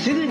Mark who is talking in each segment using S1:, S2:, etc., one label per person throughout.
S1: 役立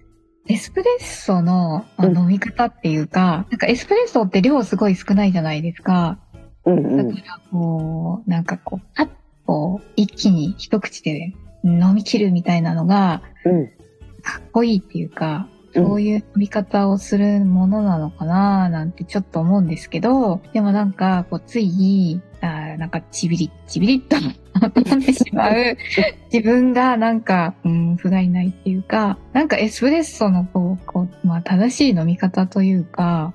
S2: エスプレッソのまあ
S3: うん
S2: 飲み方っていうか、なんかエスプレッソって量すごい少ないじゃないですか。
S3: う
S2: だ
S3: ん。
S2: から、こう、なんかこう、パッと一気に一口で飲み切るみたいなのが、
S3: うん。
S2: かっこいいっていうか、
S3: うん
S2: そういう飲み方をするものなのかななんてちょっと思うんですけど、でもなんか、こう、つい、あーなんか、ちびり、ちびりっと飲んでしま う自分がなんか、うん、不甲斐ないっていうか、なんかエスプレッソのこう、こう、まあ、正しい飲み方というか、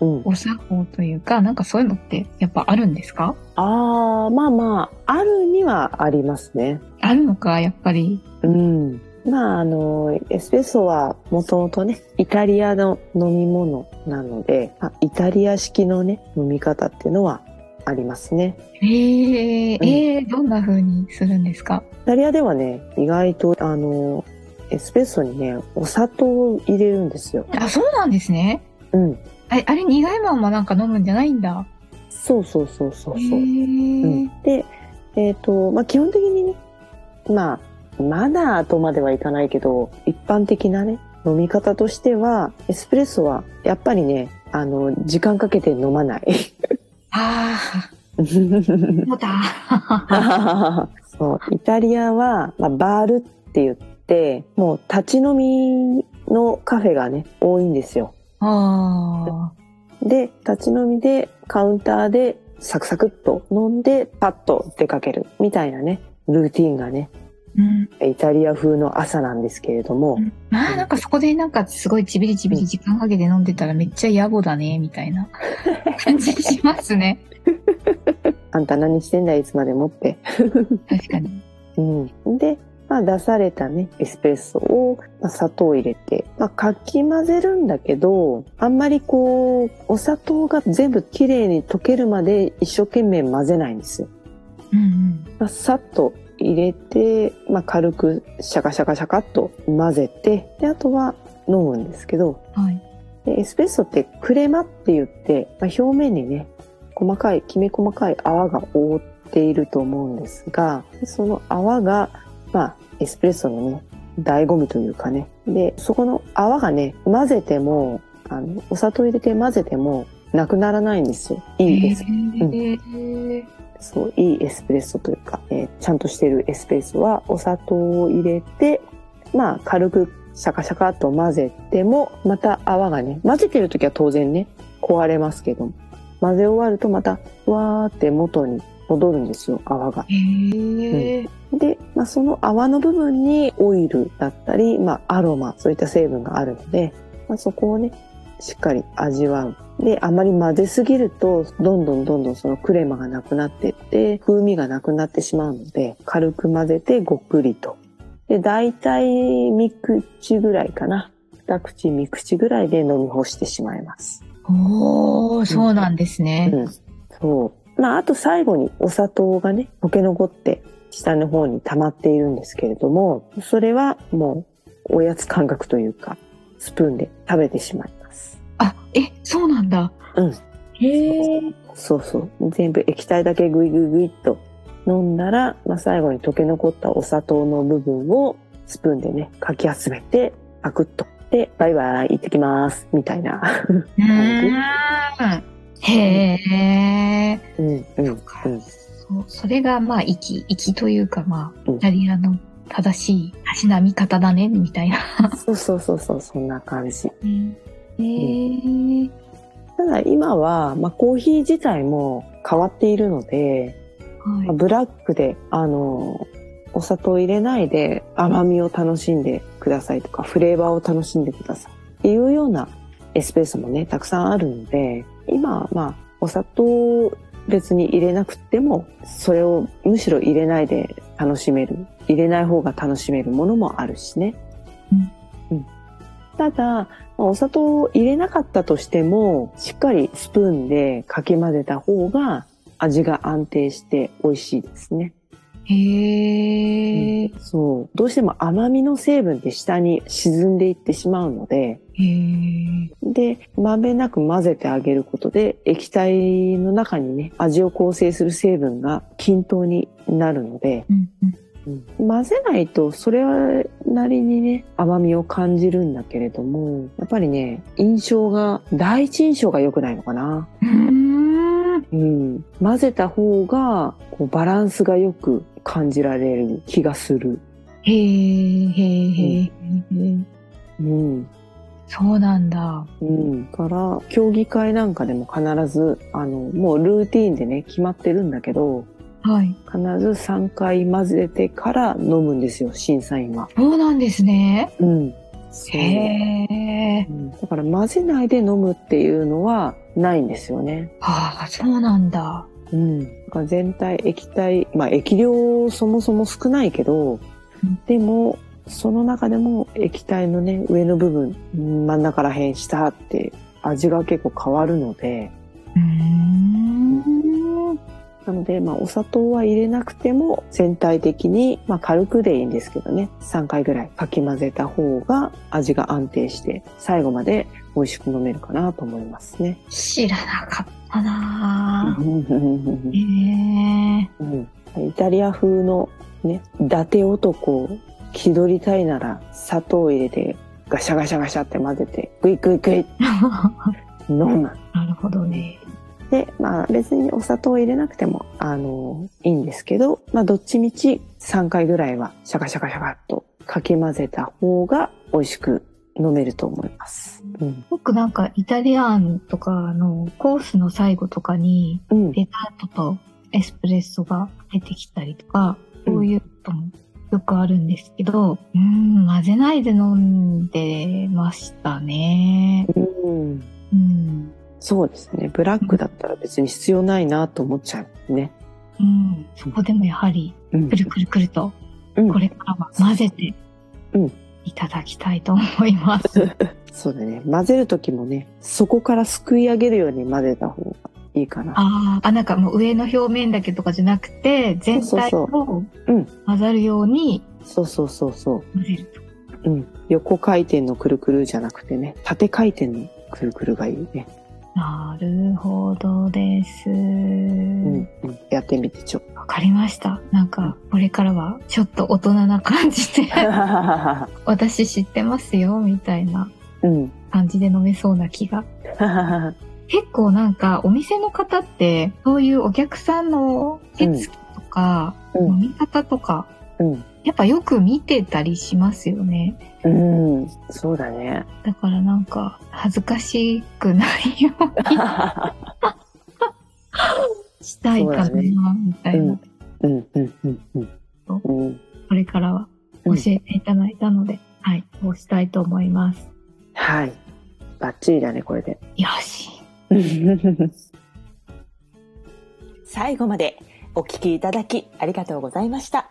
S3: うん。
S2: お作法というか、なんかそういうのってやっぱあるんですか
S3: ああ、まあまあ、あるにはありますね。
S2: あるのか、やっぱり。
S3: うん。まあ、あの、エスプレッソはもともとね、イタリアの飲み物なので、まあ、イタリア式のね、飲み方っていうのはありますね。
S2: えー、
S3: うん
S2: えー、どんな風にするんですか
S3: イタリアではね、意外と、あの、エスプレッソにね、お砂糖を入れるんですよ。
S2: あ、そうなんですね。
S3: うん。
S2: ああれ、苦いまんまなんか飲むんじゃないんだ。
S3: そうそうそうそう
S2: え
S3: そう。
S2: ー
S3: うんで、えっとまあ、基本的にね、まあ、マナーとまではいかないけど一般的なね飲み方としてはエスプレッソはやっぱりねあの時間かけて飲まない
S2: ああ、そうだ。
S3: そうイタリアは、まあ、バールって言ってもう立ち飲みのカフェがね多いんですよ
S2: あ
S3: で立ち飲みでカウンターでサクサクっと飲んでパッと出かけるみたいなねルーティンがね
S2: ーうん、
S3: イタリア風の朝なんですけれども、
S2: まあなんかそこでなんかすごいちびりちびり時間かけて飲んでたらめっちゃ野暮だねみたい な感じしますね
S3: あんた何してんだいいつまでもって。
S2: 確かに
S3: うん、で、まあ、出されたね、エスプレッソを、まあ、砂糖を入れて、まあ、かき混ぜるんだけど、あんまりこう、お砂糖が全部きれいに溶けるまで一生懸命混ぜないんですよ。
S2: うん
S3: まあ、さっと入れて、まあ、軽くシャカシャカシャカっと混ぜて、で、あとは飲むんですけど、
S2: うんはい
S3: でエスプレッソってクレマって言って、まあ、表面にね細かいきめ細かい泡が覆っていると思うんですがその泡が、まあ、エスプレッソのね醍醐味というかねでそこの泡がね混ぜてもあのお砂糖入れて混ぜてもなくならないんですよいいです、
S2: えー
S3: そういいエスプレッソというか、えーちゃんとしてるエスプレッソはお砂糖を入れてまあ軽くシャカシャカっと混ぜてもまた泡がね混ぜてる時は当然ね壊れますけども混ぜ終わるとまたわーって元に戻るんですよ泡が。
S2: えー
S3: で、まあ、その泡の部分にオイルだったり、まあ、アロマそういった成分があるので、まあ、そこをねしっかり味わう。であまり混ぜすぎるとどんどんどんどんそのクレマがなくなってって風味がなくなってしまうので軽く混ぜてごっくりと。で大体3口ぐらいかな2口3口ぐらいで飲み干してしまいます。
S2: おーそうなんですね、
S3: うん、そう。まあ、あと最後にお砂糖がね、溶け残って、下の方に溜まっているんですけれども、それはもう、おやつ感覚というか、スプーンで食べてしまいます。
S2: あ、え、そうなんだ。
S3: うん。
S2: へえ。
S3: そうそう。全部液体だけグイグイグイっと飲んだら、まあ、最後に溶け残ったお砂糖の部分をスプーンでね、かき集めて、パクッと。で、バイバイ、行ってきます。みたいな。
S2: うーん。へえ。
S3: うん、うん、うん。
S2: そうそれがまあ、息、息というかまあ、
S3: うん
S2: イタリアの正しい足並み方だね、みたいな。
S3: そうそうそうそう、そんな感じ。
S2: へえ。
S3: なただ今は、まあ、コーヒー自体も変わっているので、まあ
S2: は
S3: ブラックで、あの、お砂糖入れないで甘みを楽しんでくださいとか、フレーバーを楽しんでくださいっていうようなエスプレッソもね、たくさんあるので、今、まあ、お砂糖を別に入れなくても、それをむしろ入れないで楽しめる。入れない方が楽しめるものもあるしね。うんただ、まあお砂糖を入れなかったとしても、しっかりスプーンでかき混ぜた方が味が安定して美味しいですね。
S2: い。へえ。
S3: そう。どうしても甘みの成分って下に沈んでいってしまうので、
S2: へえ。
S3: で、まんべんなく混ぜてあげることで、液体の中にね、味を構成する成分が均等になるので、
S2: うんうん。
S3: 混ぜないと、それなりにね、甘みを感じるんだけれども、やっぱりね、印象が、第一印象が良くないのかな。
S2: うーん
S3: うん。混ぜた方が、こうバランスがよく感じられる気がする。
S2: へえ、へえ、へえ、へえ。
S3: うん。
S2: そうなんだ。
S3: うん、から競技会なんかでも必ずあのもうルーティーンでね決まってるんだけど
S2: はい。
S3: 必ず3回混ぜてから飲むんですよ審査員は。
S2: そうなんですね。
S3: うん、そう
S2: へえ。
S3: うんだから混ぜないで飲むっていうのはないんですよね。
S2: ああ、そうなんだ。
S3: うん、だから全体液体、まあ、液量そもそも少ないけど
S2: うん
S3: でもその中でも液体のね上の部分真ん中らへん下って味が結構変わるので。
S2: うーん。
S3: なので、まあ、お砂糖は入れなくても全体的に、まあ、軽くでいいんですけどね、3回ぐらいかき混ぜた方が味が安定して、最後まで美味しく飲めるかなと思いますね。
S2: 知らなかった
S3: う
S2: なあ。へ
S3: ん
S2: え。
S3: イタリア風のね、伊達男、気取りたいなら砂糖を入れて、ガシャガシャガシャって混ぜて、グイグイグイ飲む。
S2: なるほどね。
S3: で、まあ別にお砂糖を入れなくても、あの、いいんですけど、まあどっちみち3回ぐらいはシャカシャカシャカっとかき混ぜた方が美味しく飲めると思います。うん。
S2: 僕なんかイタリアンとかのコースの最後とかに
S3: うん。
S2: デザートとエスプレッソが出てきたりとか、そういうこともよくあるんですけど、うん、混ぜないで飲んでましたね。
S3: うん
S2: うん。
S3: そうですね。ブラックだったら別に必要ないなと思っちゃうね。
S2: うん。そこでもやはり、
S3: うん
S2: く。るくるくると、
S3: うん
S2: これからは混ぜて
S3: うん、
S2: いただきたいと思います。
S3: そうだね。混ぜる時もね、そこからすくい上げるように混ぜた方がいいかな。
S2: あーあ、なんかもう上の表面だけとかじゃなくて、全体
S3: そう
S2: を
S3: うん
S2: 混ざるように
S3: そうそうそうそう。
S2: 混ぜると。
S3: うん。横回転のくるくるじゃなくてね、縦回転のくるくるがいいね。
S2: なるほどです。わ、
S3: うん、うん、やってみてちょ。
S2: かりました。なんか、これからはちょっと大人な感じで、 私知ってますよ、みたいな
S3: うん。
S2: 感じで飲めそうな気が。結構なんか、お店の方って、そういうお客さんの手つきとか、
S3: うん
S2: 飲み方とか、
S3: うん
S2: やっぱよく見てたりしますよね。
S3: うん、そうだね。
S2: だからなんか恥ずかしくないようにしたいか
S3: そうだね
S2: な、みたいな、
S3: うんうん、うん、うん、うん。うん、
S2: これからは教えていただいたので、はい、こうしたいと思います。
S3: はい。バッチリだね、これで。
S2: よし。
S1: 最後までお聞きいただきありがとうございました。